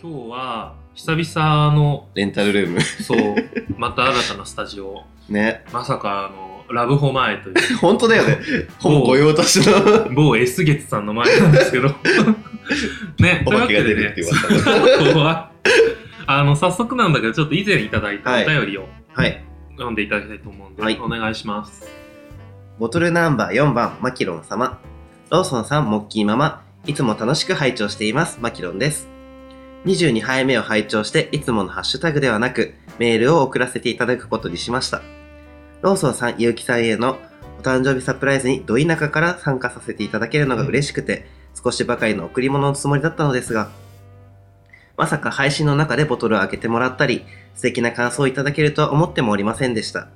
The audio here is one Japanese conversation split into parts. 今日は久々のレンタルルーム。 そうまた新たなスタジオね。まさかあのラブホ前という本当 だよね。ほぼ御用達の某 S 月さんの前なんですけど ねお化けが出るってという言われた。わけでね 今日はあの早速なんだけどちょっと以前いただいたお便りをはい。読んでいただきたいと思うんで、はいお願いしますボトルナンバー4番、マキロン様。ローソンさん、モッキーママ。いつも楽しく拝聴しています。マキロンです。22杯目を拝聴して、いつものハッシュタグではなく、メールを送らせていただくことにしました。ローソンさん、ゆうきさんへのお誕生日サプライズにど田舎から参加させていただけるのが嬉しくて、少しばかりの贈り物のつもりだったのですが、まさか配信の中でボトルを開けてもらったり、素敵な感想をいただけるとは思ってもおりませんでした。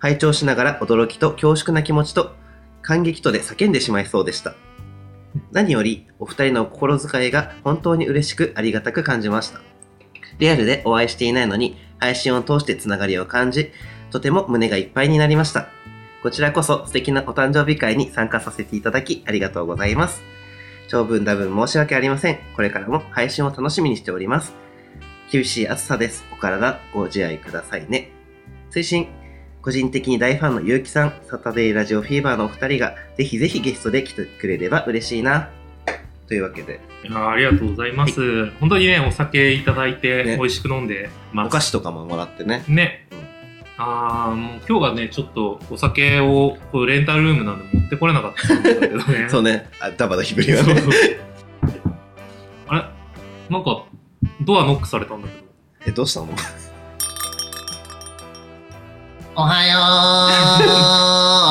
拝聴しながら驚きと恐縮な気持ちと感激とで叫んでしまいそうでした何よりお二人のお心遣いが本当に嬉しくありがたく感じましたリアルでお会いしていないのに配信を通してつながりを感じとても胸がいっぱいになりましたこちらこそ素敵なお誕生日会に参加させていただきありがとうございます長文多分申し訳ありませんこれからも配信を楽しみにしております厳しい暑さですお体ご自愛くださいね推進個人的に大ファンの結城さん、サタデーラジオフィーバーのお二人が、ぜひぜひゲストで来てくれれば嬉しいな。というわけで、いやーありがとうございます、本当にねお酒いただいてね美味しく飲んでおます、菓子とかももらってね。ねうん。ああ、もう今日がね、ちょっとお酒をこうレンタルルームなんで持ってこれなかったんだけどね 。そうね、あダバダヒブリはそうね。そう あれなんか、ドアノックされたんだけど。え、どうしたのおは ようお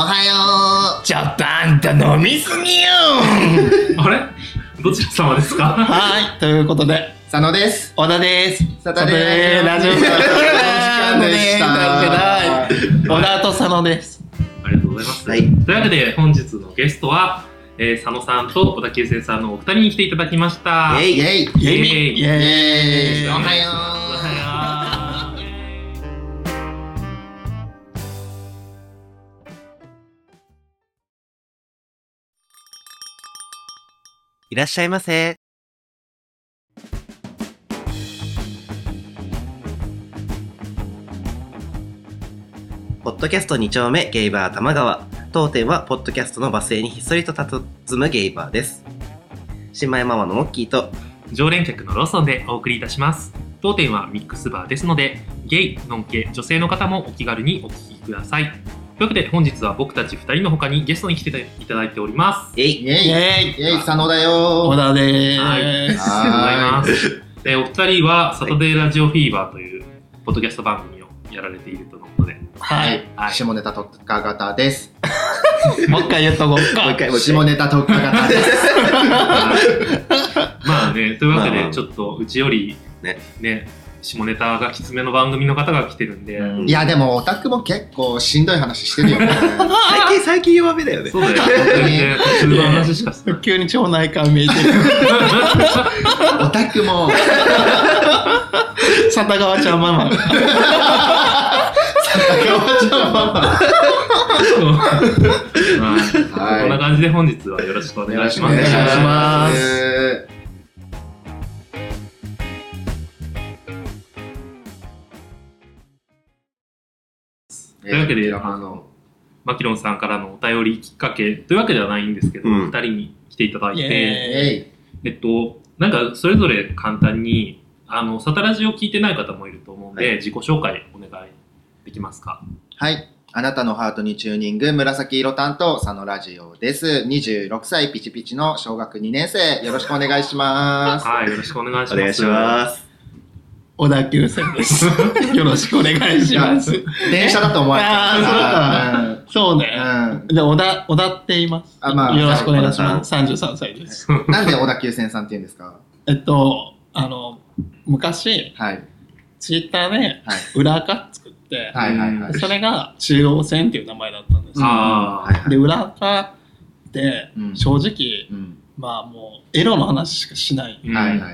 はようちょっとあんた飲みすぎよあれどちら様です かはい、ということで、佐野です。小田です。サタデーラジオのの時時間間ででししたた。小田と佐野です。ありがとうございます。はいというわけで、本日のゲストは、えー佐野さんと小田急線さんのお二人に来ていただきました。イェイイイェイイェイェイイェイおおははよよう。いらっしゃいませ。ポッドキャスト2丁目ゲイバー玉川。当店はポッドキャストのバス停にひっそりと佇むゲイバーです。新米ママのモッキーと、常連客のローソンでお送りいたします当店はミックスバーですのでゲイ、ノンケ、女性の方もお気軽にお聞きくださいというわけで本日は僕たち2人の他にゲストに来ていただいておりますえイいェイイェイイェイ佐野だ小よ田ではいーありがす。はとうございますでお二人はサタデーラジオフィーバーというポッドキャスト番組をやられているとのことではい。はい下ネタ特化型です。 もう一回言 っとこうか。もう一回、もう一下回。ネタ特化型です。まあねというわけまあまであちょっとうちよりねね下ネタがきつめの番組の方が来てるんで、うんいや、でもオタクも結構しんどい話してるよね。最近、最近弱めだよね。そうだよ本当にね普通の話しかしてない 急に町内感見えてる。オタク も、佐田川ちゃんママ。川ちゃんママ。はいはい。こんな感じで本日はよろしくお願いします。よろしくお願いしますというわけでえーあの、マキロンさんからのお便りきっかけというわけではないんですけど、う二ん人に来ていただいイて、エええっと、なんかそれぞれ簡単に、あの、サタラジを聞いてない方もいると思うんで、は自己紹介お願いできますか。はい。あなたのハートにチューニング、紫色担当、佐野ラジオです。26歳、ピチピチの小学2年生、よろしくお願いします。はい、よろしくお願いします。お願いします。小田急線 です。よろしくお願いします。電車だと思われちゃあそううね。から。うんで、小田、小田って言います。あまあよろしくお願いします。33歳です。うんなんで小田急線さんって言うんですかえっと、あの、昔、はい。ツイッターではい。裏垢作って、はいはいはい。それが中央線っていう名前だったんですよ。あーはいはいで、裏垢ってう、ん正直、うん。まあもう、エロの話しかしないうんはいはいはい。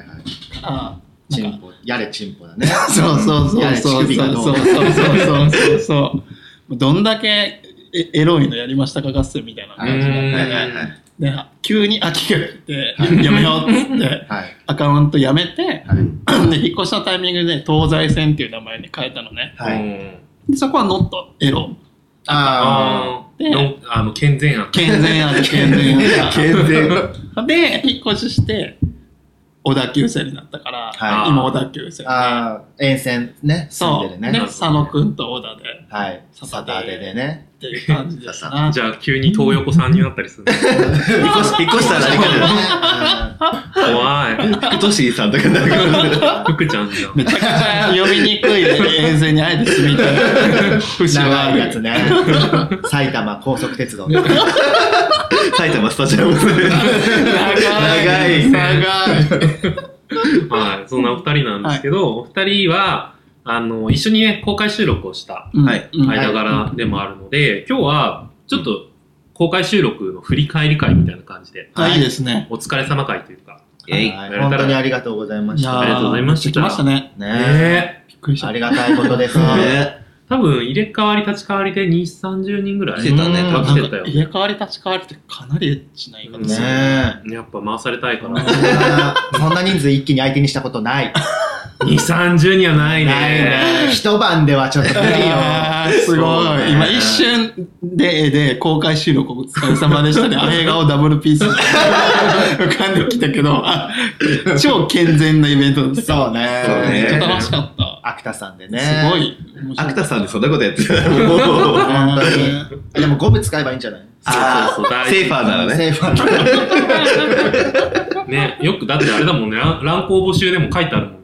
ああ、チなンんか、ポ。やれチンポだね。そうそうそうそうそういや乳首がどうそうそうそうそうそう。どんだけエエロいのやりましたか合戦みたいなはい感じで。うんはいはいはい。で急に秋が来て、やめようっつって、はい。アカウントやめて、はい。で、引っ越しのタイミングで東西線っていう名前に変えたのね。はうい。んで、そこはノットエロ。ああでーのんあの、健全悪。健全ある、健全あ る。健全。で、引っ越しして、小田急線になったから、はい今小田急ー線。あー、沿線ね。そ住。うんでるね、ね。佐野くんと小田でっはい。ササタタデーデーでね。ていう感じですな。じゃあ、急に東横さんになったりするの引っ越し、引っ越したら誰かで、う怖 い。福都しさんとかなんか、福ちゃんじゃん。めちゃくちゃ読みにく い遠征にあえて住みたいん節 はあ長いるやつね。埼玉高速鉄道。埼玉スタジアム。長い長いはい、そんなお二人なんですけど、お二人は、あの、一緒にね、公開収録をしたはいうん間柄でもあるので、今日は、ちょっと、公開収録の振り返り会みたいな感じで、あいいですねお疲れ様会というか、えい。はい本当にありがとうございましやーありがた。とうございました来ましたねねびっくりしあたりがたいことですね。ね多分入れ替わり立ち替わりで2、30人ぐらい来てたね、多なん分か来てたよ入れ替わり立ち替わりってかなりエッチな言い方するねやっぱ回されたいそかんなら。そんな人数一気に相手にしたことない。 2、30人はないね。一晩ではちょっと無理よ。あーすごそうねい。今一瞬で、で、公開収録お疲れ様で したね。あ映画をダブルピー スで浮かんできたけど、 あ超健全なイベントです。そうそうめねっね。ちゃ楽しかった。アクタさんですね。ごい。面白アいクタさんでそんなことやってたら、も う、本当に。でもゴム使えばいいんじゃないあそうそうそう大ー事セーファーならね。セーファーなね、よくだってあれだもんね、ら乱行募集でも書いてあるもんね。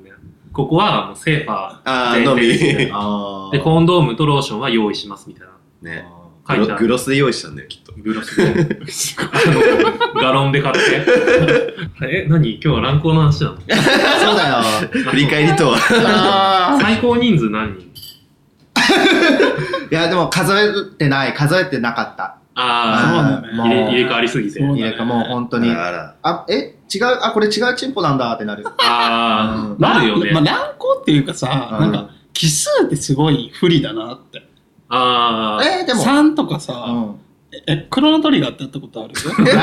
ここはもうセーファあーー、のみ。 で、あーでコンドームとローションは用意しますみたいな。ね。書いてあグる。ロスで用意したんだよ、きっと。グロスガロンで買って。え、何今日は乱行の話なのそうだよ。振り返りとは。 あ最高人数何人いや、でも数えてない、数えてなかった。あそうだねあ、も入れ入れ替うわりすぎて。そう入れ替わもう本当あに。らあら。あ、え、違う、あ、これ違うチンポなんだってなる。あーあ、なるよねまあ、。乱行っていうかさ、うなんんか、奇数ってすごい不利だなって。ああ、え、でも。 3とかうさ、ん。え、クロノトリガーってやったことあるない。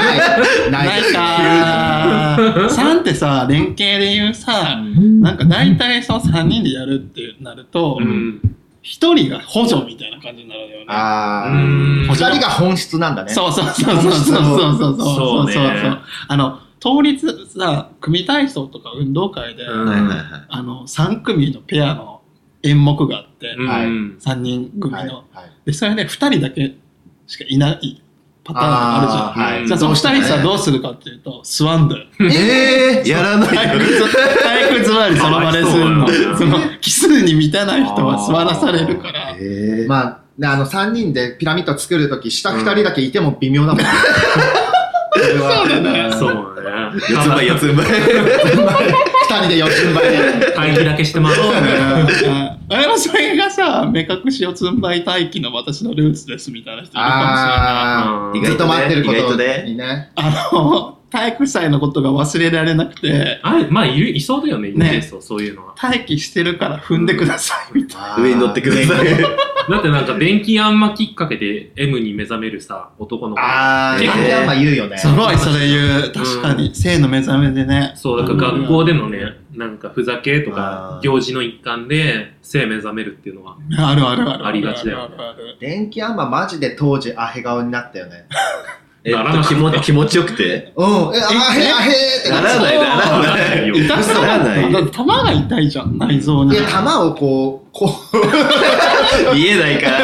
な。ないいかー。3ってさ、連携で言ううさ、んなんか大体その3人でやるってなるとう、ん。 1人が補助みたいな感じになるようね。あんー。二人が本質なんだね。そうそうそうそうそうそうそうそそううねそう。あの、当日さ、組体操とか運動会で、うんはいはいはい。あの、3組のペアの演目があって、うんはい3人組の。はいはいで、それで2人だけしかいないパターンがあるじゃん。んーうんじゃあその2人さ、どどうするかっていうと、座んだよ。えー、やらない体よ。育座体育座りその場でするのかわいそうだなその奇数に満たない人は座らされるかえらー、まあ、ねあの、3人でピラミッド作るとき、下2人だけいても微妙だもん。 そうだねそうだね。四つん這い、四つん這い。 2人で四つん這いで。会議だけしてます。うんあのそれがさ目隠しをつんばい待機の私のルーツですみたいな人いるかあうんー、ずっと待ってるこ意外ととねにね。もしれないあの体育祭のことが忘れられなくてあれ、まあ、いる、いそうだよね、一定数、そういうのは。待機してるから踏んでくださいみたい 上に乗ってください。だってなんか、電気あんまきっかけで M に目覚めるさ、男の子。あー、結構結構まあ言うよねな。すごいそれ言う確かに性の目覚めでねそう、だから学校でのね、なんかふざけとかあ、ー行事の一環で、性目覚めるっていうのは。あるあるあるありがちだよあるある電気あんまマジで当時アヘ顔になったよね。えっと、気持ち、気持ちよくてうん、え、アヘアヘってななっらない、ならならな ないい。よ痛くならなないいだって玉が痛いじゃん内臓にて。で、玉をこう、 こ見えないから。う、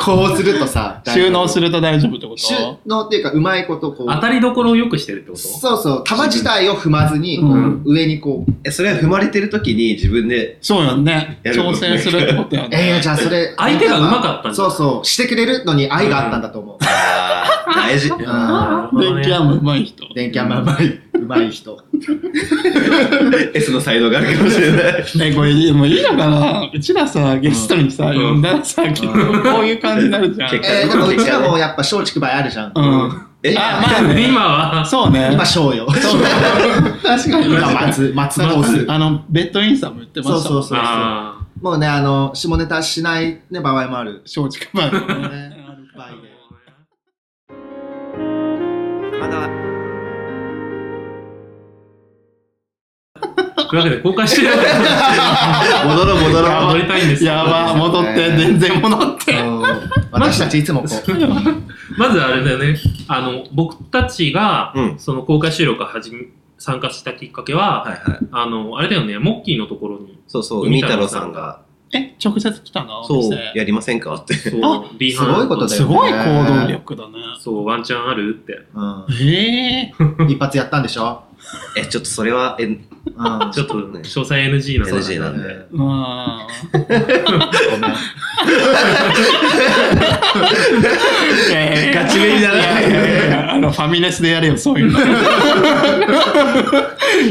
こうするとさ、収納する。ると大丈夫ってこ収と納っていうか、うまいことこう。 当たりどころを良くしてるってことそうそう、玉自体を踏まずに、こううん上にこう、え、それは踏まれてる時に自分で、そうやんね。やること挑ね戦するってことやんえー、 ね。じゃあそれ。相手が上手かったんだそうそう、してくれるのに愛があったんだと思う。あー大事。なるほど電ね気アーム上手い人。電気あんま上手い、上手い人。 S の才能があるかもしれない。ね、これ、もういいのかなうちらさ、ゲストにさ、うん呼んだらさ、結構こういう感じになるじゃん。結え ー、でもうちらもやっぱ松竹梅あるじゃん。うん。え、あ、まあね。今は、そうね。今松よ。 そうね。確かに。今松、松あののオス。あの、ベッドインさんも言ってまそうしたそうもん。そう。あもうね、あの、下ネタしないね、場合もある。松 竹梅。ね、ある場合ーで。まだというわけで公開してるわけです戻ろう戻ろう。 戻りたいんですけどやば、戻って、全然戻って。私たちいつもこう。まずあれだよねあの僕たちがうん。その公開収録を始め参加したきっかけは、はいはい。あのあれだよねモッキーのところにそうそう、海海太太郎郎ささんんがが、え、直接来たのそうお店、やりませんかって。そうリすごいことだよすごい行動力だね。そうワンチャンあるってうんええ一発やったんでしょえ、ちょっとそれは、え、うん。ごちょっと詳細 NG な NG なんででうん。めん。ガチめにならないあの、ファミレスでやれよ、そういうの。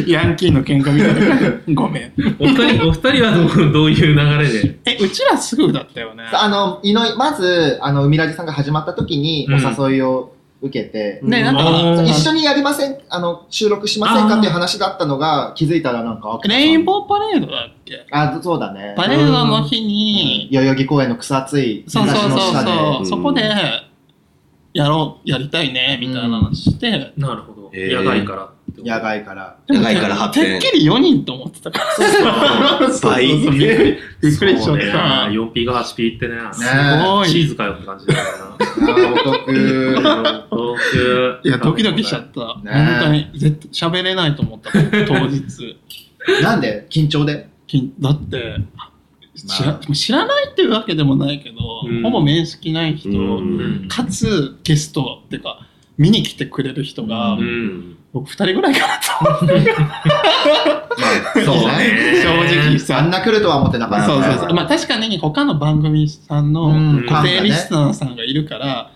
ヤンキーの喧嘩みたいな。ごめん。お二 人お二人はどうどういう流れでえ、うちらすぐだったよね。あの、いのまず、あの、海ラジさんが始まった時に、うんお誘いを受けて、ね、なんあーか、一一緒緒にやりません、あの、収録しませんかっていう話だったのが、気づいたらなんか、レインボーパレードだっけあ、そうだね。パレードの日に、代々木公園の草厚い日そうそうそうの下で。そうう、んそこで、やろう、やりたいね、みたいな話して、なるほど、へー野外からってこと野外から。野外から発て展っ。きり4人と思ってたから。そうそう倍びっくりびっくりしちそゃうっねた。 4P が 8P ってねすごチい。ーズかよって感じだからなあお得。いいや、ドキドキしちゃった。本ね当に、絶対喋れないと思った、当日。なんで緊張できだって、知らま知らないっていうわけでもないけど、うんほぼ面識ない人、うんかつゲストっていうか、見に来てくれる人が、う。うん僕2人ぐらいかなとまあ、そうね。ね正直あんさ。な来るとは思ってなかった。そうそうまあまそあう。まあ確かに他の番組さんうのん固定リスナーさんがいるから、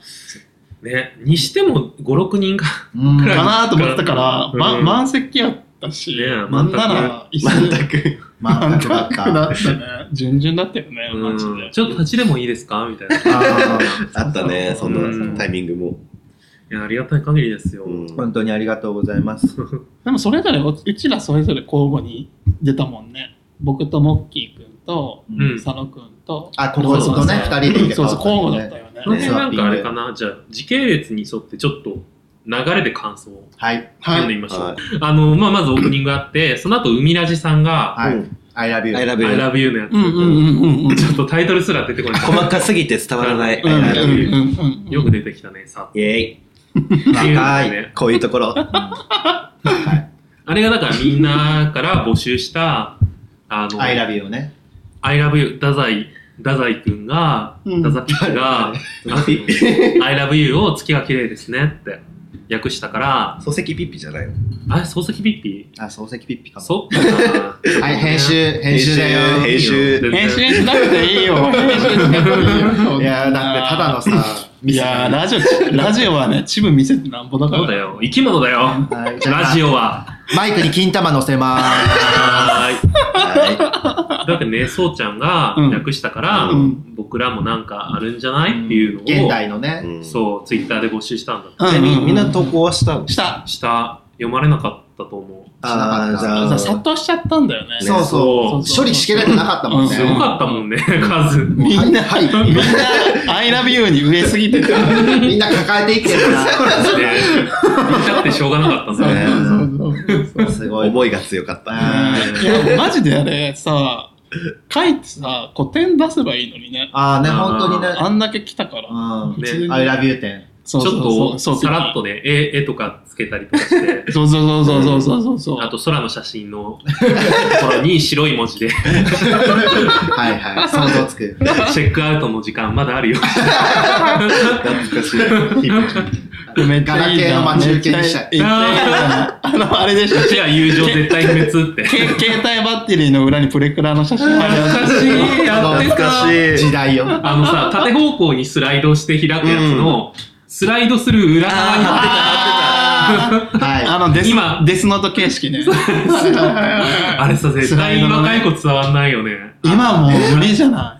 ね、にしても5、6人が、うんんかなと思ってたから、うんま満席やったしねえ、なんなら椅まった子く。まあ、満全くだっ席た。だったね。順々だったよね、うマんジちょっとで。立ちでもいいですかみたいな。いああったね、そうんのタイミングも。や、ありがたい限りですよ。うんー本当にありがとうございます。でもそれぞれ、うちらそれぞれ交互に出たもんね。僕とモッキーくんと、うん佐野くんと、あ、こことね、二人で行けたそうわそう、交互だったよねこ。の辺ねなんかあれかな、じゃあ、時系列に沿ってちょっと流れで感想をはい。読んはでい。みましょう。はいあの、まあ、まずオープニングあって、その後、海ラジさんが、はい。う I love you. I love I you love you のやつ、うんうんうんうんうん。ちょっとタイトルすら出てこない。細かすぎて伝わらない。うんはいんうんうんうん。よく出てきたね、さ。イェイ。若い。ねこういうところ。あれがだからみんなから募集した、あの、 I love you ね。 I love you 太宰、太宰くんが、うん太宰ピッチが、あの I love you を月が綺麗ですねって訳したから、礎石ピッピじゃないのあれ、漱石ピッピあ、漱石ピッピかも。そっかな。はい、編集、編集だよ。編集いいよ編集しなくていいよ。編集しなくていいよ。いやー、だってただのさ、いやーラジオ、ラジオはね、チブ見せてなんぼだかそうだら。よ。生き物だよ。はいじゃあラジオは。マイクに金玉乗せまはーい。はだってね、そうちゃんがうん訳したから、うん僕らもなんかあるんじゃーない、す。っていうのを、現代のい。うね。んそう、ツイッターで募集したんだって。うえみみんなと投稿はしたのした。下、読まれなかったと思う。あーじゃあ、殺到しちゃったんだよね。そうそそうう。処理しきれてなかったもんね。うんすごかったもんね、 数。みんな、はい、みんな、I love you に植えすぎてた。はい。みんな抱えていってるな。ね、見たくてしょうがなかったんだね。そうそうそうすごい。思いが強かった。いや、マジであれさ、書いてさ、古典出せばいいのにね。ああね、本当にね。あんだけ来たから。うん。普通に I love you 店。そうちそうょっそうとさらっ。とね、絵絵とかつけたりとかして、そうそうそうそうそうそうそう。あと空の写真のところに白い文 字で、チはいはい。想像つく。ェックアウトの時間まだあるよ。懐かしい。めっちガゃラいいじケーゃのん。待ち受けにしめっちたゃいいいじゃんあの、あれでしょ。こっちは友情絶対不滅って。け携帯バッテリーの裏にプレクラの写真貼る懐かしい、やって懐たか。しい。時代よ。あのさ、縦方向にスライドして開くやつの、スライドする裏側に貼ってあはのデス今デスノート形式ね。た。 あれさ、絶対若い子伝わんないよね。今もう無理じゃない。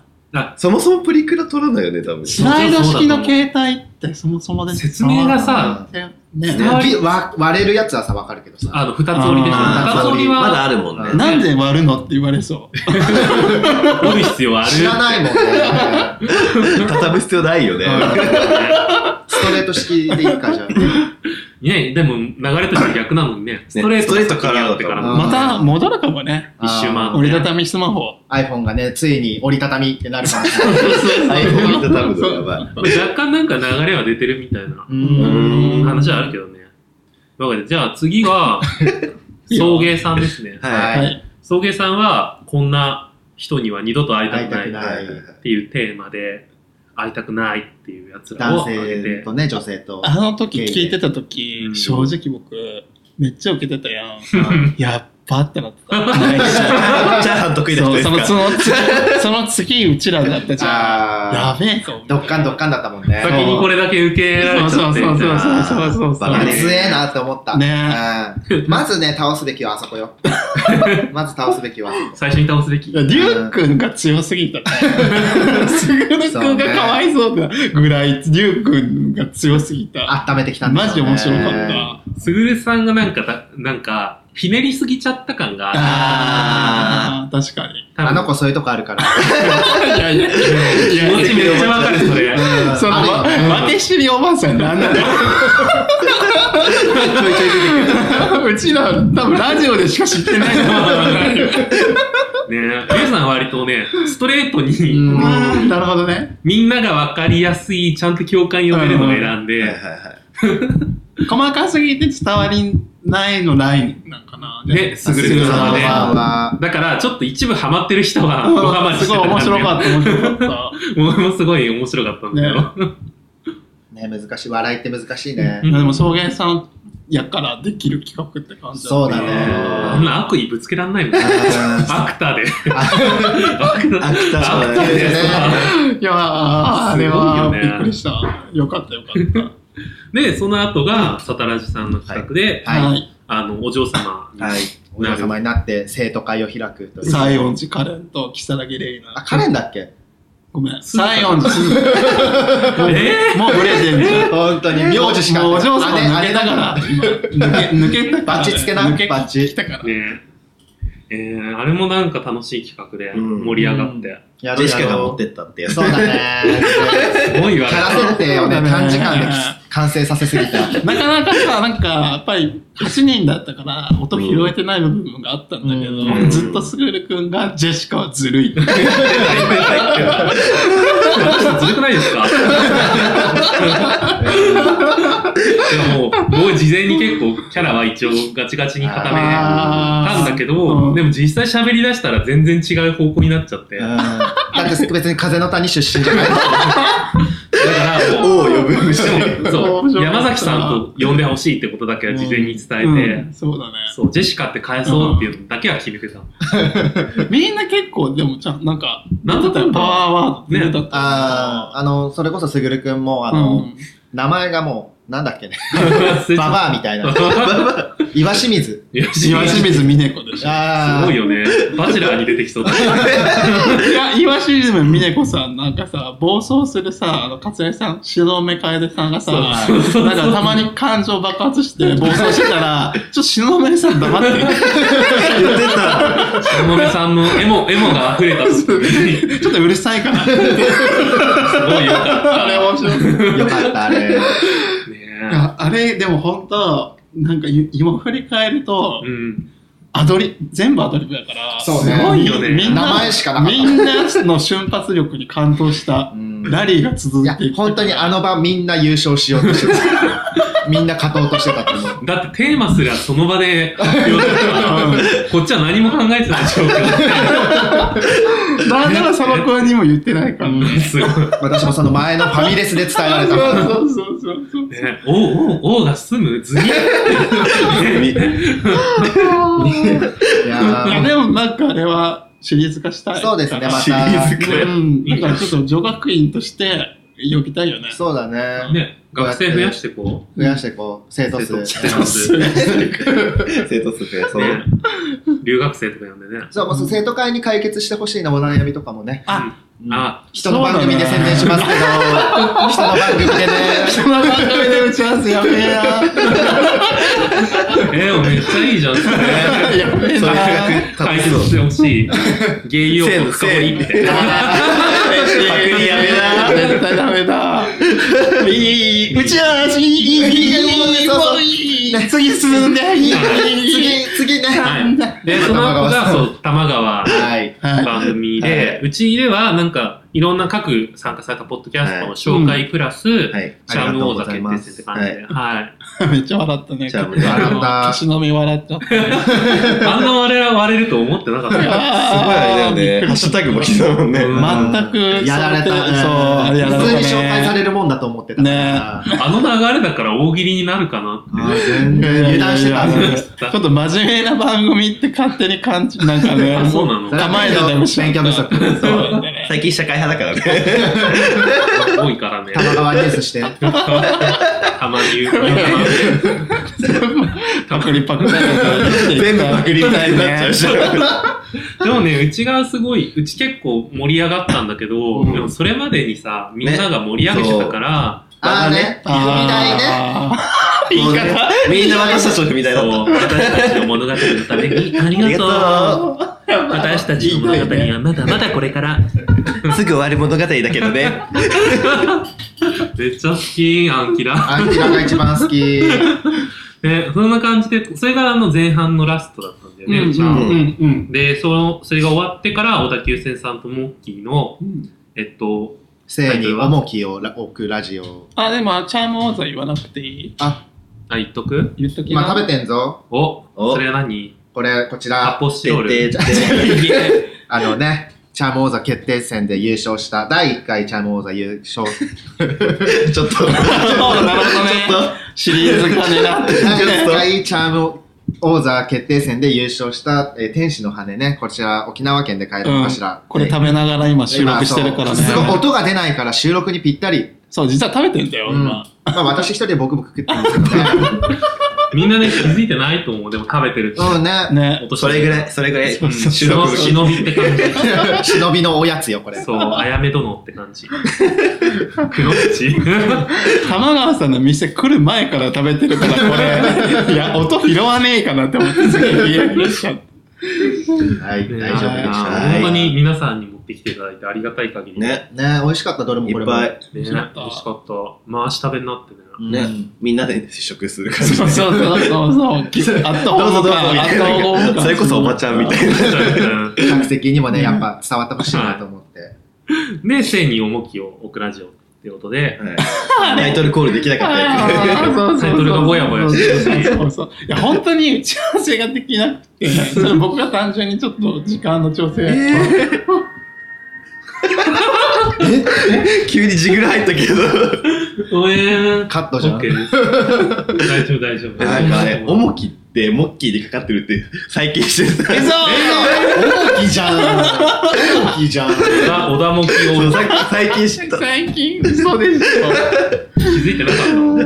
そもそもプリクラ撮らないよね、多分。スライド式の携帯ってそもそもで説明がさ、い。ね伝わりねわ割れるやつはさ、わかるけどさ。あの、二つ折りでしょ。あ二ーつ折りまはだあるもんね。なんで割るのって言われそう。折る必要ある。知らないもんね。畳む必要ないよね。ストレート式でいいかじゃあ。ね、でも流れとして逆なのにね、ストレートストレートからだとだってからうんままた戻るかもね。一周回っあーて。折りたたみスマホ。 iPhone がね、ついに折りたたみってなるかもしれない。 iPhone 折りたたむのやばい。まあ若干なんか流れは出てるみたいなう。うんん話はあるけどね。わけで、じゃあ次は、いいよ送迎さんですね。はい。は。はいい。送迎さんは、こんな人には二度と会いたくない会いたくないっていうテーマで、会いたくないっていうやつらを男挙げ性て、とね、女性と。あの時聞いてた時う、ん正直僕、めっちゃ受けてたやん。やっぱってなってた。チャーハン得意な人そうですそのかそのその次うちらだったじゃん。やあべえかー。どっかんどっかんだったもんね。 先にこれだけ受けられちゃってみたいな。そうそうそうそうそうバカあねれ強えなって思った。ねうんまずね、倒すべきはあそこよ。まず倒すべきはあそこ。最初に倒すべき。リュウ君が強すぎたね。すぐる君がかわいそうなぐらい、リュウ君が強すぎた。温めてきたんだマジ面白かった。すぐるさんがなんかだ、なんか、ひねりすぎちゃった感が、ああ、確かに。多分あの子そういうとこあるから。いやいや、い気や持ちめっちゃわかる、それ。うんその、あるよわねわてしりおばあさんなんなのうちら、多分ラジオでしか知ってないと思うねえ、皆さん割とね、ストレートに、うんなるほどね。みんながわかりやすい、ちゃんと共感呼べるのを選んはいはいで、はい。細かすぎて伝わりないのラインなんかな。ね、すぐ優るれさんはたね。まあまあだから、ちょっと一部ハマってる人は、うんごハマして。すごい面白かった、面白かったものすごい面白かったんだよ。ね、難しい。笑いって難しいねう。んた。でも、草原さんやからできる企画って感じそうだあね。んな悪意ぶつけらんないもん。うアんクターで。アクタアクーターそうでね。いやー、あれはすごいよねびっくりした。よかった、よかっで、その後が、サタラジさんの企画で、た。はいはい。あの、お嬢様 にはい。お嬢様になって生徒会を開くという。西園寺カレンと如月レイあ、ナ。カレンだっけごめん。西園寺すず。もうブレてんじゃん。本当に。名字しか。もうお嬢様姉抜けたから。今抜け、抜けたか ら。バッチつけな抜けバッチきたから。ねえーあれもなんか楽しい企画でうん盛り上がって、やジェろうシカやがろ持うってったってやつ。そうだね。すごいキ言わャれラた。設定をね、短時間で完成させすぎた。なかなかさ、なんか、やっぱり8人だったから、音拾えてない部分があったんだけど、うんずっとすぐるくんが、ジェシカはずるいって。この人ずるくないですか でも、もう事前に結構キャラは一応ガチガチに固めたんだけど、うんでも実際喋り出したら全然違う方向になっちゃって、だかだって別に風の谷出身じゃないらもう、王を呼ぶ虫。そ面う、白かった山崎さんと呼んでほしいってことだけは事前に伝えて、うんそうだね。そう、ジェシカって返そうっていうのだけは決めてた。みんな結構、でも、ちゃん、なんか、なんだったよんだパワーワード出てたった。あーあの、それこそすぐるくんも、あの、うん名前がもう、なんだっけね。忘れちバゃっバアみたいた な。岩清水。よし岩清水美音子でしょ。あすあごい。よね。バチェラーに出てきそうだね。いや、岩清水美音子さん、なんかさ、暴走するさ、あの、勝江さん、白目楓さんがさ、なんそうそうそうかたまに感情爆発 して暴走してたら、ちょっと白目さん黙って、言ってた。山本さんのエモ、エモが溢れたすごいよちょっとうるさい から。かっあれ面白い。いよかった、あれ。たね。やあれ、でも本当なんかゆ今振り返ると、うん。アドリ、全部アドリブだから、そうねすごいよね。みんな名前しかなかったみんなの瞬発力に感動したう、んラリーが続いいやてい、く。本当にあの場みんな優勝しようとしてた。みんな勝とうとしてたと思う。だってテーマすらその場で発表だったから、 こっちは何も考えてない状況だからその子にも言ってないから。で。すごい。私もその前のファミレスで伝えられた。そうそうそうそう。ね、おうおうおうが住む図に。いやいやーでもなんかあれはシリーズ化したい。そうですね、まシリーズた。化うん。だからちょっと女学院として呼びたいよね。そうだね。ね、学生増やしてこ増やしてこう、生徒生徒数。数そうそう生徒数増やう。そう。ね、留学生とか呼んでね。そう、もうその生徒会に解決してほしいな、お悩みとかもね。あうんあ、人の番組で宣伝しますけど、人の番組でね。その番組で打ち合わせやべええー、めっちゃいいじゃん、それ。な。やべえそういうな。企画解楽決しそう。してほしい。芸用を深掘りみたいな。やべえな。絶対ダメだ。いい、打ち合わせ、いい、いい、いい、いい、いい、いい、次、次進んで、次、次ね。はい。で、その後が、そう、玉川はい。はい。番組はで、うちでは、なんか、いろんな各参加されたポッドキャストの紹介プラス、はい。チャーム王座決ありがとうございま定戦っすて感じで、はい。めっちゃ笑ったね。チャームね笑った消しのみ笑っちゃった。すあんな割れ割れると思ってなかった よ。すごいあれだよね。ハッシュタグも来たもんね。うん全く、やられた。そう、あれやられた、ね。普通に紹介されるもんだと思ってた。ねあの流れだから大喜利になるかなあー全然油断してた。いやいやいやって。ちょっと真面目な番組って勝手に感じ、なんかね、あそうなもの構えてたもし勉強不足。そう。最近社会派だからね。多いからね。 玉川ニュースして。はたまに言う。パクリパクリ。全部パクリみたいになっちゃうし。でもね、うちがすごい、うち結構盛り上がったんだけど、うんでもそれまでにさ、みんなが盛り上げてたから、あーね。踏み台ね。言い方みんな私たちのみたいだった。そう私たちの物語のために、 ありありががとう。と私たちの物語はまだまだこれから。う。すぐ終わる物語だけどね。めっちゃ好き、アンキラ。アンティラが一番好き。ね、そんな感じで、それがあの前半のラストだったんだよね、うちうはんうんで、その、それが終わってから、小田急線さんとモッキーの、うん。えっと、性に重きを置くラジオ。あ、でも、チャーム王座言わなくていいあ、あ、言っとく言っときな。今食べてんぞ。お、おそれは何これ、こちアら。ポシオル。てててあのね、チャーム王座決定戦で優勝した、第1回チャーム王座優勝。ちょっと、そうなるほどね。シリーズ化でなって。第1回チャーム王座決定戦で優勝した、えー天使の羽ね、こちら沖縄県で買えたのかしら。これ食べながら今収録してるからね今。そうすごい音が出ないから収録にぴったり。そう、実は食べてんだよ、うん今。まあ私一人でボクボク食ってますけどね。 みんなね、気づいてないと思う。でも食べてるし。うんね。ね。それぐらい、それぐらい、うん収録好き忍びって感じ。忍びのおやつよ、これ。そう、あやめ殿って感じ。くのっち。玉川さんの店来る前から食べてるから、これ。 いや、音拾わねえかなって思って、すげえ嫌にしちゃった。はい、ね大丈夫でしあた。ーは本い当に皆さんに持ってきていただいてありがたい限り。ね。ね美味しかった、どれもいこれっも。ぱい、ね。美味し美味しかかっったた。回し食べになってね。うんねみんなで試食する感じそうそう そうそう。きあっどとうぞどうぞみあったいなほなんかそれこそおばちゃんみたいな。客席にもね、やっぱ伝わってほしいなと思って。で、性に重きを置くラジオってことで、はいタイトルコールできなかったやあーそうそうそうタイトルがぼやぼやしてるしそうそうそういや、本当に打ち合わせができなくて、それ僕が単純にちょっと時間の調整。つ。急にジグラ入ったけど。おえー。カットオじゃんッケ。ーです。大丈夫、大丈夫。なんかね、重重きって、モッキーでかかってるって、再建してた。えそう大きいじゃん。大きいじゃん。きが、小田もきそうをさ 最近知った。最近、そうですよ。気づいてな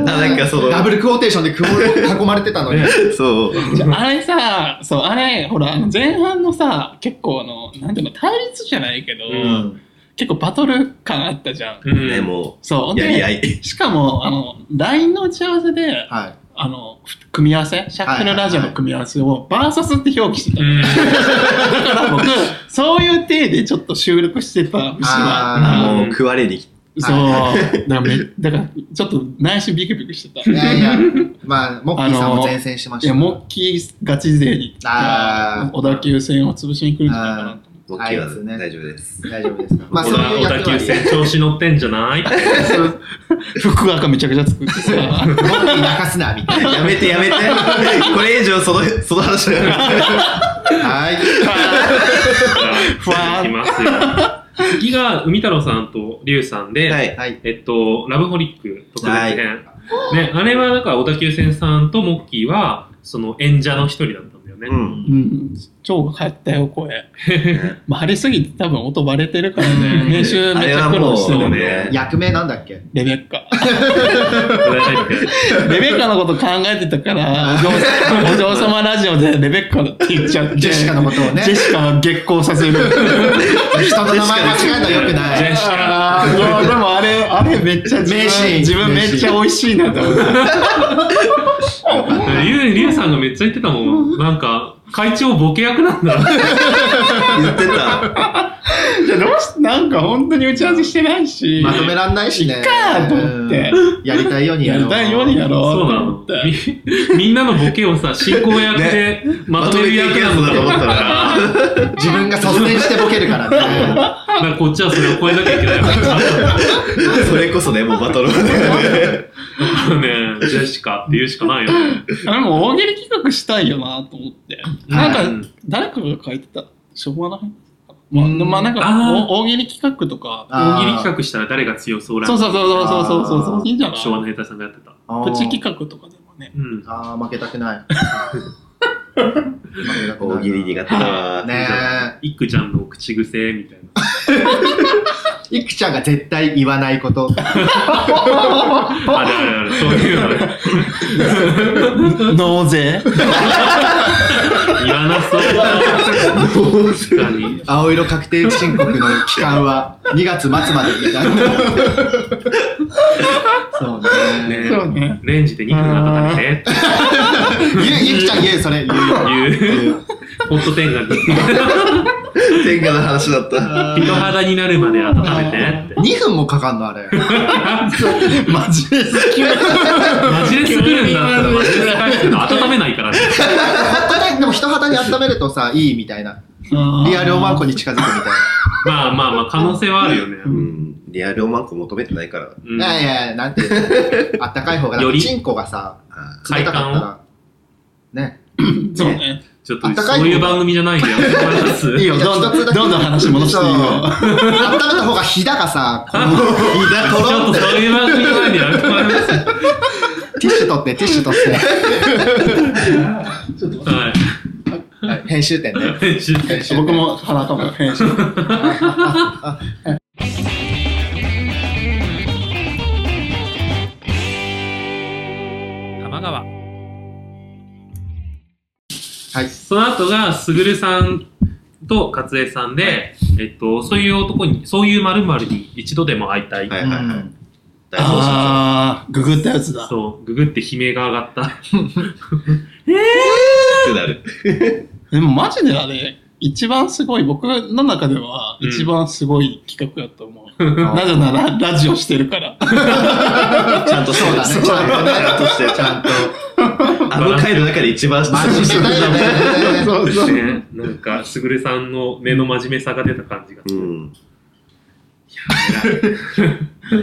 かっあなんかそのダブルクォーテーションでクオー囲まれてたのに。ねそう。じゃああれさ、そう、あれ、ほら、あの前半のさ、結構あの、なんていうの、対立じゃないけど、うん結構バトル感あったじゃん。た。うんね、もそう。う、やり合で、い。しかも、あの、LINE の打ち合わせで、はい。あの、ふ組み合わせ、シャッフルラジオの組み合わせを、バーサスって表記してたう。ん。だから僕、そういう体でちょっと収録してた節はあーうんもう食われに来そう。だからめ、だからちょっと内心ビクビクしてた。いいやいや、まあ、モッキーさんも前線しましたや、ね。モッキーガチ勢に、あー小田急線を潰しに来るんじゃないかなとモッキーあいつねは大丈夫です。大丈夫ですかまあ、小そう田いう小役田急割で。線調子乗ってんじゃないって。そう。服垢めちゃくち ゃ作ってさ。モッキー泣かすな、みたいな。やめてや めて。これ以上その、その話はやめて。はい。 ふわきますよ。次が、海太郎さんと龍さんで、はい。はい。えっと、ラブホリック特別編。ね、あれはなんか、小田急線さんとモッキーは、その演者の一人だったんだよね。うん。うん。超が入った よ、声。ねまあ、張りすぎて多分音バレてるからうね。ん編集あめっれちはゃ苦も労してうるね。ね、役名なんだっけレベ ッカ。これ入ってレベッカのこと考えてたから、お嬢様ラジオでレベッカって言っちゃって。ジェシカのことをねジェ。シカを激高させる。人の名前間違えたらよくなジェい。シカ。あーでもあれ、あれめっちゃ自分名シーン自分めっちゃ美味しいなと思って。龍龍さんがめっちゃ言ってたもん。なんか、会長ボケ役なんだ。言ってた。じゃあどうし、なんか本当に打ち合わせしてないし。まとめらんないしね。かと思って。うんやりたいようにややろう。りたいようにやろうそうなと思のって。みみんなのボケをさ進行役でまとめる役なのまとめていくやつだと思ったら自分が率先してボケるからね。だからこっちはそれを超えなきゃいけない それこそね、もうバ トルだよね。あのねジェシカって言うしかないよねでも大喜利企画したいよなと思って。なんか、誰かが書いてた、昭和の辺まあ、うんまあなんかあーお大喜利企画とか、大喜利企画したら誰が強そうラそうンキンそうそうそうそうそうそう、いいんじゃグない昭和の兵隊さんがやってたあープチ企画とかでもね。うんあー負けたくない。負けたくない大喜利苦手だわ。ねいっくちゃんの口癖みたいなえ。いくちゃんが絶対言わないこと。あるあるあるそういうのね納税言わなそう確かに 青色確定申告の期間は2月末までみ たいな。そうね。ねそうね。レンジで肉が温めてってゆゆきちゃん言う、そ れ言うよ。いう言うホットテンガに天下の話だった。人肌になるまで温めてって2分もかかんの、あれ。 マジで好きマジで作るんだったらマジで作るけど温めないからね肌にでも人肌に温めるとさ、いいみたいな。リアルおまんこに近づくみたいまあまあまあ可能性はあるよねう。うんリアルおまんこ求めてないから。うんな。いやいや、なんていうのあったかい方が、よりチンコがさ、あ冷たかったら。ね。そうね。ちょっとそういう番組じゃないんでやめてもらいますいいよ、どんどん、どんどん話戻していそういよ。温めた方がひだがさ、この、ひだちとょっろとそういう番組じゃないんでやめてもらいますティッシュ取って、ティッシュ取って。ははい編集点ね。いちょっと編集点僕も腹かも、編集。玉川はいその後がすぐるさんと勝江さんで、えっと、そういう男にそういうまるに一度でも会いたい、はいはいはい。う大放送あー、ググったやつだ。そうググって悲鳴が上がったってなる。でもマジであれ、一番すごい、僕の中ではうん一番すごい企画やと思う。 んなぜならラジオしてるから。ちゃんとそうだね。ちゃんとね。ちゃんとしてちゃんと。あの回の中で一番真面目だよね。そうそう。ねなんかすぐるさんの目の真面目さが出た感じがうん。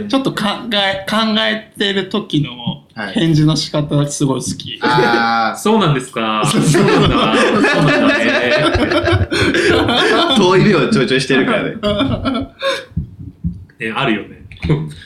ちょっと考え、考えてる時のはい。返事の仕方がすごい好き。あそうなんですかそうなんだそうなんだね遠い目をちょいちょいしてるからね。ねあるよね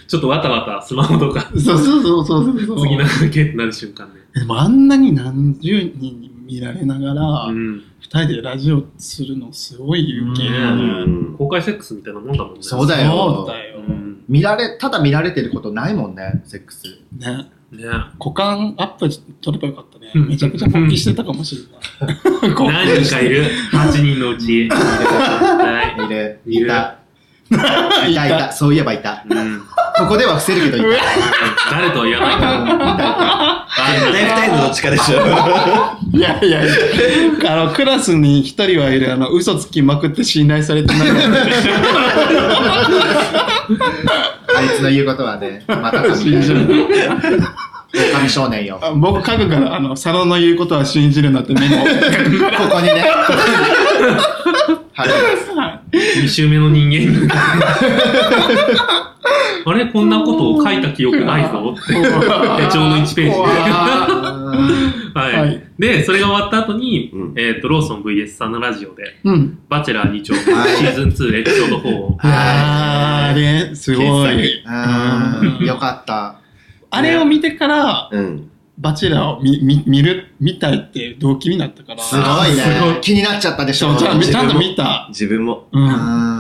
ちょっとわたわたスマホとかそうそうそうそうそう次なんだっけってなる瞬間ねでもあんなに何十人に見られながらう、ん二人でラジオするのすごい勇気いるうよね。ん。公開セックスみたいなもんだもんね。そうだよそうだよう。ん。見られ、ただ見られてることないもんね、セックス。ね。ね股間アップ取ればよかったね。うんめちゃくちゃ勃起してたかもしれ ない。こう何人かいる ?8 人のうち。はいる。いいるた。いた、いた。そういえばいた。い。うん。ここでは伏せるけど、いた。誰とは言わないから。絶対二人のどっちかでしょ。いやいやいや。あの、クラスに一人はいる、あの、嘘つきまくって信頼されてない。あいつの言うことはね、また神信じだ。る。神少年 よ。こ あ僕書くから、あの、佐野の言うことは信じるなってメモ。こにね。はい。 2週目の人間 に。あれこんなことを書いた記憶ないぞって。手帳の1ページで。怖いははいい。で、それが終わった後にう、んえっと、ローソン VS さんのラジオで、うん。バチェラー2丁目シはいーズン2エピソード4を。あれ、すごい。うんよかった。あれを見てから、うん。バチェラーを見見見る、見たいって動機になったから。すごいすごねい。気になっちゃったでしちょ。ゃんちゃんちゃんと自分も見た。自分も。うん。うん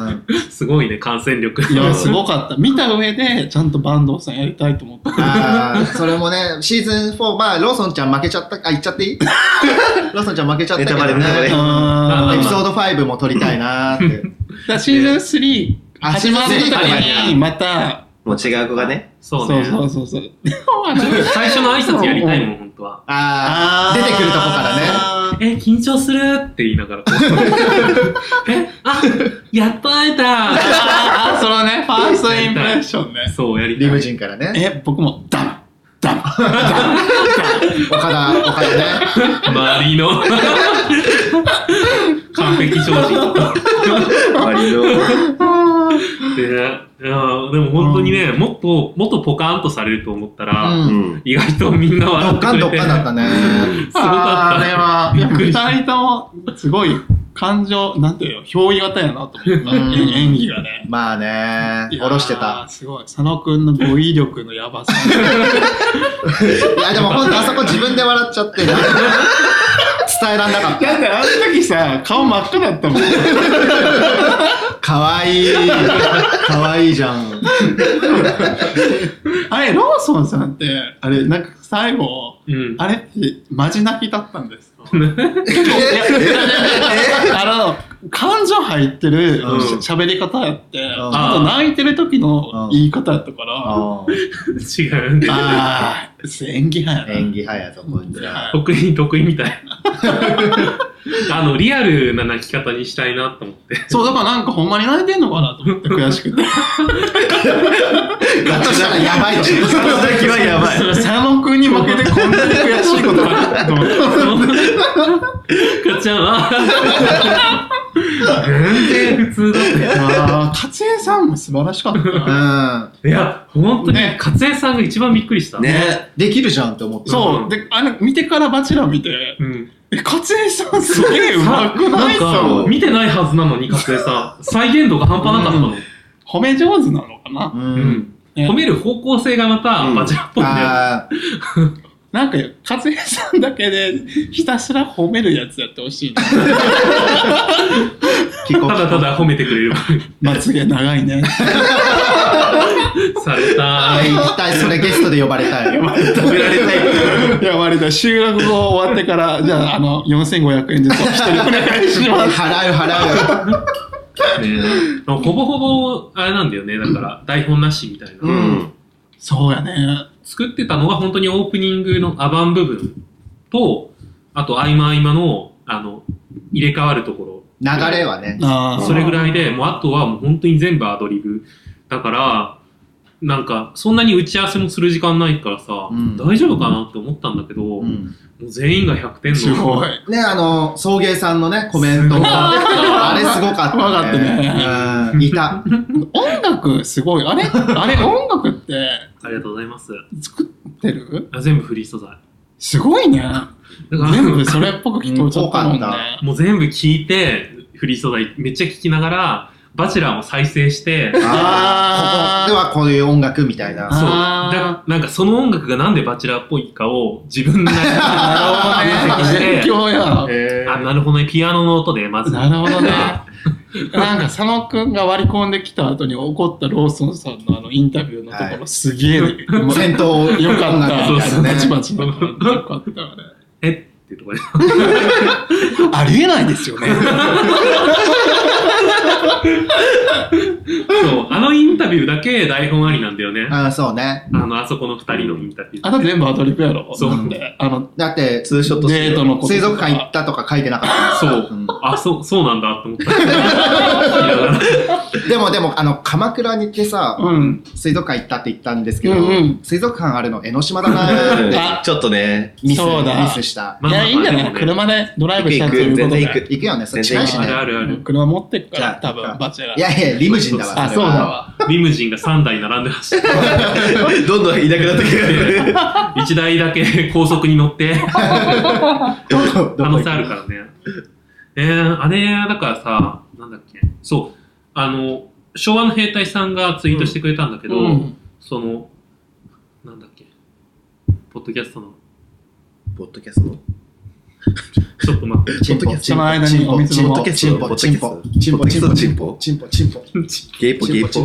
すごいね、感染力。いや、すごかった。見た上で、ちゃんと坂東さんやりたいと思った。あーそれもね、シーズン4、まあ、ローソンちゃん負けちゃった、あ、言っち ゃっていいローソンちゃん負けちゃったけど、ネタバレネねタ、バレエあピソード5も撮りたいなー って。ーだシーズン3あ始まる時シーズン3に、また、もう違う子がね。そうそうね。そうそうそう。でもあの最初の挨拶やりたいもん、本当は。あー出てくるとこからね。あーえ、緊張するって言いながら、 こうえ、あ、やっと会えたああ、そのね、ファーストインプレッションね。そう、やりたい。リムジンからね。え、僕も、ダンダン岡田、岡田ね。周りの 完璧商人ありの。でいやーでも本当にね、もっともっとポカンとされると思ったら、う。うんん。意外とみんなド笑ッってカくンドれッてカンだったね。すごかったあーあれは、びっくりした二人とも、すごい、感情、なんていうの、表意型やなと思った。うん演演技がね。まあ ね、下ろしていやた。ー。すごい。佐野くんの語彙力のやばさ。いや、でも本当あそこ自分で笑っちゃって、伝えらんなかっだってあの時さ、顔真っ赤だったもん。た。かわいい。かわいいじゃん。 あれ、ローソンさんって、あれ、なんか最後、うんあれって、マジ泣きだったんですかいやいやいやいやあの、感情入ってるうんし喋り方やって、んあと泣いてる時うのん言い方やったから、う違うんでああ、演技派んやな。演技派やと思うんだよ。得意得意みたい あのリアルな泣き方にしたいなと思ってそう、だからなんかほんまに泣いてんのかなと思って悔しくて。だとしたらやばいじゃん。時はや ばい。佐野くんに負けてこんなに悔しいことがあると思って。かっちゃんは 全然普通だっああ、勝江さんも素晴らしかったうな。ん。たいや本当にね勝江さんが一番びっくりしたね。できるじゃんって思った。そう、で、あの、見てからバチェラー見て、うんえ、勝江さんすげえうまくないんかと見てないはずなのに勝江さん再現度が半端なかったの、褒め上手なのかなううんん。ね褒める方向性がまたうんバチェラっぽいんだよ、あーなんか、勝江さんだけでひたすら褒めるやつやってほしいな。帰国ただただ褒めてくれるまつげ長いね。されたあー行きたい。それゲストで呼ばれたい。 褒められたい いや、割と修学後終わってから、じゃあ、あの、4500円ずつお一人お願いし払うます。払う。ねほぼほぼあれなんだよねだから台本なしみたいな、うん。そうやね。作ってたのが本当にオープニングのアバン部分とあと合間合間のあの入れ替わるところ 流れはね。あーそれぐらいで、もうあとはもう本当に全部アドリブ。だから、なんか、そんなに打ち合わせもする時間ないからさ、うん大丈夫かなって思ったんだけど、うもんう全員が100点の。すごい。ね、あの、送迎さんのね、コメントも。あれすごかったね。わかったねうん。い た。音楽すごい。あれあれ音楽ってありがとうございます。作ってるあ全部フリー素材。すごいね。だから全部それっぽく聞こえちゃったもんねうん。もう全部聞いて、フリー素材めっちゃ聞きながら、バチェラーも再生して、そうああーーここではこういう音楽みたいな。だあなんかその音楽がなんでバチェラーっぽいかを自分なりに分析して勉、強や。へあ、なるほどね、ピアノの音でまず。 なるほどね。なんか佐野くんが割り込んできた後に怒ったローソンさんのあのインタビューのところ、はすげえ、 ね、うま戦闘よかった。そうバそうチバチの感じよかったわね。えってとこで。ありえないですよね。そう、あのインタビューだけ台本ありなんだよね。あーそうね。あの、あそこの二人のインタビュー。あと全部アドリブやろ。そうなんで。あの、だって、ツーショットしてデートのこととか水族館行ったとか書いてなかった。そううんあ、そう、そうなんだと思った。いやだからでもでも、あの、鎌倉に行ってさ、うん。水族館行ったって言ったんですけどうんうん、水族館あるの江ノ島だなーっ てあちょっとね。ミス、そうだミスした。まあまいあや、いいんじゃなまあでもねい車でドライブした行とくいう行く、こと全然で行。く。行くよね、それ近いしあるね。あるあうるん。車持ってくかじゃらあ、多分、バチェラー。いやいや、リムジンだわ。あ、れそうはだ。わ。リムジンが3台並んで走って、 どんどんいなくなってくる。 1台だけ高速に乗って、どこど可こ能行性あるくからね。えー、あれ、だからさ、なんだっけ。そう、あの、昭和の兵隊さんがツイートしてくれたんだけど、うん。その、なんだっけ。ポッドキャストの、ポッドキャストのちょっと待って。チンポ、チンそのポ、間チにンポお、水チ飲ンもポ、うチンポ、チンポ、チンポ、チンポ、チンポ、チンポ、チンポ、ゲイポゲイポ。じ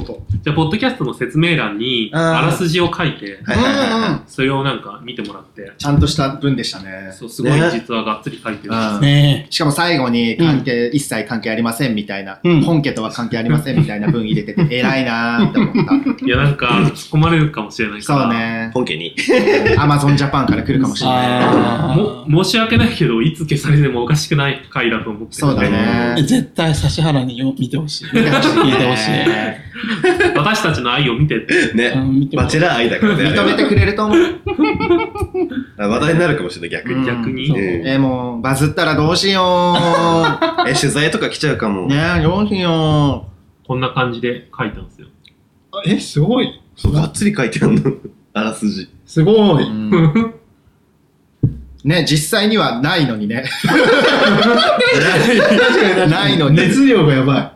ゃあ、ポッドキャストの説明欄に、あーあらすじを書いて、はいはいはいはそれをなんか見てもらって、ちゃんとした文でしたね。そうすごいね実はがっつり書いてる。うんねしかも最後に関係、一切関係ありませんみたいな、うん本家とは関係ありませんみたいな文入れてて、偉いなーって思 った。いや、なんか、突っ込まれるかもしれないかそうら、ねい。。本家に。アマゾンジャパンから来るかもしえ。れない。あーも申し訳ないけど、いつ消されてもおかしくない回だと思ってるそんうでだね。絶対指原によ見てほしい。見てほしい。見てほしい。私たちの愛を見てってうね。ん見てバほしチいェラー愛だからね。あれ認はめてくれると思う。あ話題になるかもしれない、逆に。逆にうんええー、もう、バズったらどうしよえ、取材とか来ちゃうかう。も。ねえ、どうしよこんな感じで書いたんですよ。え、すごい。そう、がっつり書いてあるの。あらすじ。すごう。うい。ん ね、実際にはないのにね。確かにないのに熱量がやば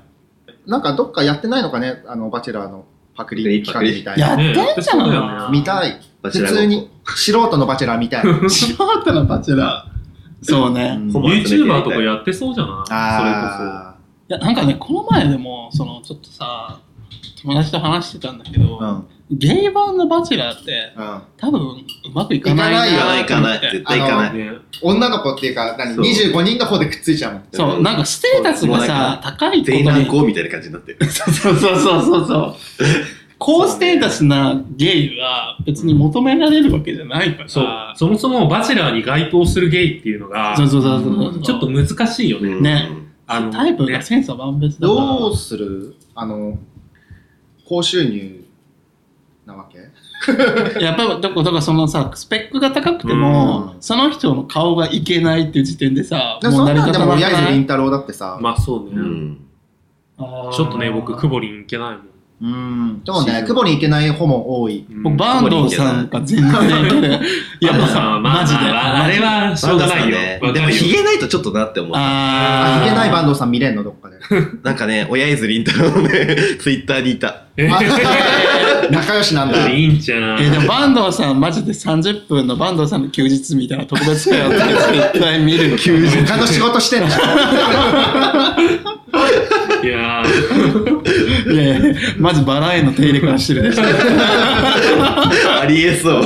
なんかどっかやってないのかね、あの、バチェラーのパクリ企画みたいい。やな。ってんねえじゃそうだよねん。見 たい。バチ普ェラー通に、素人のバチェラー見たい。しまったな、バチェラー。そうね。うんほぼ YouTuber とかやってそうじゃないあいや、なんかね、この前でも、その、ちょっとさ、友達と話してたんだけど、ーうん。ゲイ版のバチェラーって、うん。多分、うまくいかない行かない、行とか思っない。て絶対行かそれなこい。そ。ね女の子っていうか、何そう ?25 人の方でくっついちゃうもん。そう、なんかステータスがさ、高いこと全員反に。抗みたいな感じになってる。そうそうそうそうそう。高ステータスなゲイは別に求められるわけじゃないから。そう。そもそもバチェラーに該当するゲイっていうのが、そうそうそうそうちょっと難しいよね。うんね。あのタイプがね千差万別だから。どうするあの、高収入なわけやっぱりどこどこそのさスペックが高くても、うんその人の顔がいけないっていう時点でさでもそんなんでも、わ宮か泉ら倫太郎だってさ、まあそうね。うん。あーちょっとね、僕、クボリンいけないもん。うん、でもね、久保に行けない方も多い。僕バンドさんが 全然いけるいやもうまさあまマあジで、まああれはしょうがないよ。わバンドさんねでかも、るヒよ。ゲないとちょっとなって思う。あ、あ行けないわバンドさん見れんの、どっ かで。なんかね、親譲りんたろうね、 ツイッターにい た。あ仲良しなんだ。いいんちゃえー、ん。でもバンドさんマジで30分のバンドさんの休日みたいな特別会を絶対見る休日他の仕事してんじゃん。いやー、いやいやまずバラへの手入れからしてるでしょありえそう。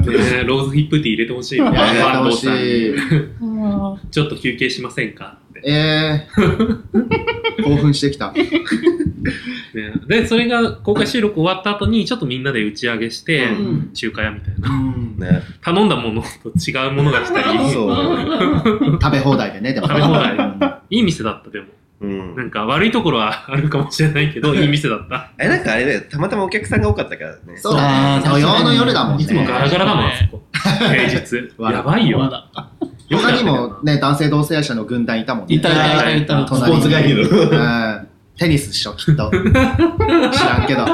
ねローズヒップティー入れてほしいよね。いやいやバンド楽しさんに。い。ちょっと休憩しませんかって。え ー、興奮してきた。ねで、それが公開収録終わった後に、ちょっとみんなで打ち上げして、うん中華屋みたいな。うんね。頼んだものと 違うものが来たり、そうだね。食べ放題でね、でも。食べ放題題。いい店だった、でも。うんな。んか悪いところはあるかもしれないけど、いい店だった。あれなんかあれだよ、たまたまお客さんが多かったからね。そうだね。土曜の夜だもんね。いつもガラガラだもん、あそこ。平日。やばいよ。まだ他にもね、男性同性愛者の軍団いたもんね。いたいたいたいたスポーツ帰りの。うんテニスっしょ、きっと。知らんけど。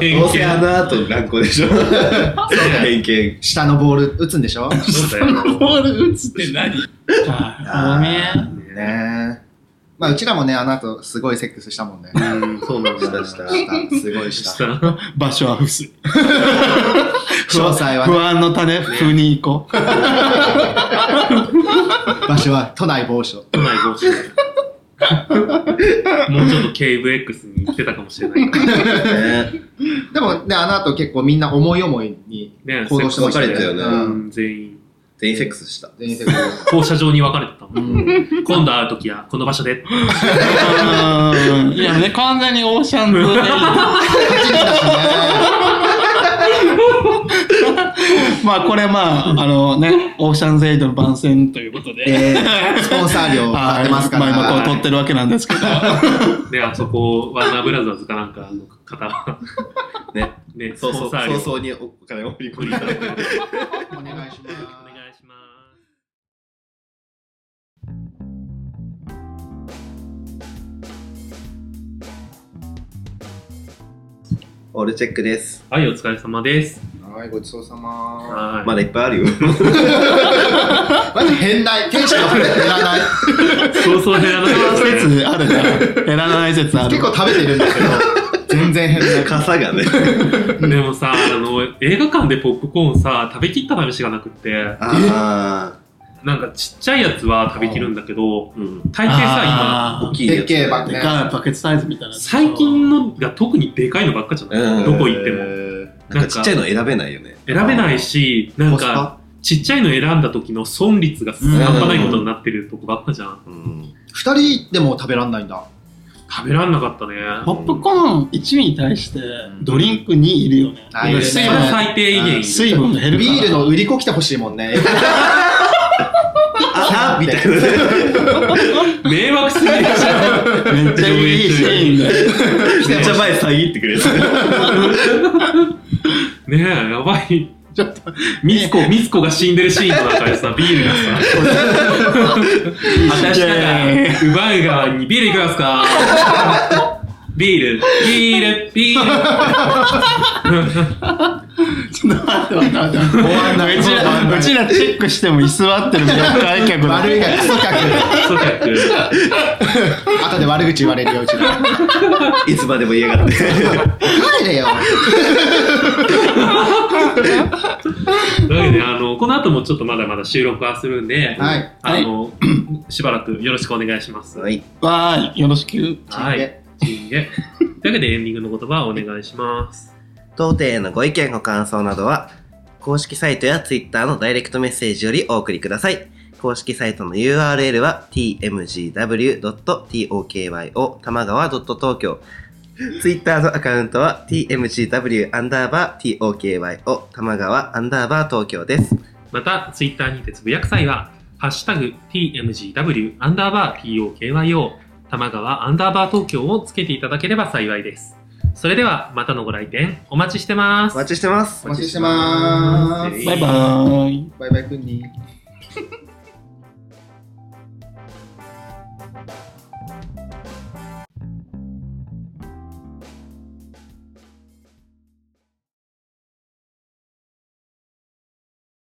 偏どうせあ見。の後、乱行でしょ。偏見。下のボール打つんでしょそうだよ。ボール打つって何あーごめんねえ。まあ、うちらもね、あの後、すごいセックスしたもんね。うん、そうなんだ。したした、すごいした。下の場所は不す詳細は不ね、安の種風に行こう。場所は都内某所。都内帽子もうちょっと KVX に行ってたかもしれないから。ね。でもね、あの後結構みんな思い思いにね行動してました分かれたよねうんうん全員。全員セックスした。全員セックス。放射状に分かれてたも。うんん。今度会うときは、この場所で。うんいやね、完全にオーシャンズエイト。勝ちにしたしね。まあこれまあ、あのね、オーシャンズエイトの番宣ということで。えースポンサー料買ってますから。はいまあ今こうと撮ってるわけなんですけど。で、あそこ、ワーナーブラザーズかなんかの方は、ね。ね、そうそう、スポンサー料早々にお金を振り込んお願おいします。願いします。オールチェックです。はい、お疲れ様です。はい、ごちそうさま。はい。まだいっぱいあるよ。まず変ない。天使が減らない。そうそう減らないですね。説あるな。減らない説ある結。構食べてるんだけど、全然変ない。傘がね。 でもさ、あの、映画館でポップコーンさ、食べきった試しがなくって、 ああ。なんかちっちゃいやつは食べきるんだけど、うん。大抵さ、あー大きいやつ。でっけえバッグでかいバケツサイズみたいな。今、最近のが特にでかいのばっかじゃなういんどこ行っても。も。なんかちっちゃいの選べないよね。選べないし、なんコスか、パちっちゃいの選んだ時の損率が半端ないことになってるとこばっかじゃん。うん。二人でも食べらんないんだ。食べらんなかったね。ポップコーン1に対してドリンク2いるよね。あいるねそれは最低限いる水分減るから。 ビールの売り子来てほしいもんね。あャーみたい迷惑すぎるじゃん。めっちゃいいシーンだよ。な。めっちゃ前遮ってくれる。ねえ、やばい。ちょっと、ミツコ、ミツコが死んでるシーンの中でさ、ビールがさ、 私たら、ウバウガーにビールいきますかビール、ビール、ビール。ちょっと待って待って待って。うちら、うちらチェックしても居座ってる無観客だ。悪いがクソ客そうやって後で悪口言われるようちらいつまでも嫌が って。帰れよというわけで、あの、この後もちょっとまだまだ収録はするんで、はいあの、しばらくよろしくお願いします。はい。わーい、よろしく。はい。チンゲ。というわけで、エンディングの言葉をお願いします。当店へのご意見ご感想などは公式サイトや Twitter のダイレクトメッセージよりお送りください公式サイトの URL は tmgw.tokyo 玉川 .tokyo Twitter のアカウントは tmgw アンダーバー tokyo 玉川アンダーバー東京ですまた、ツイッターにてつぶやく際は、ハッシュタグ TMGW アンダーバー TOKYO 玉川アンダーバー東京をつけていただければ幸いです。それでは、またのご来店お待ちしてますお。待ちしてますお待ちしてますすバイバーイ。バイバイくんに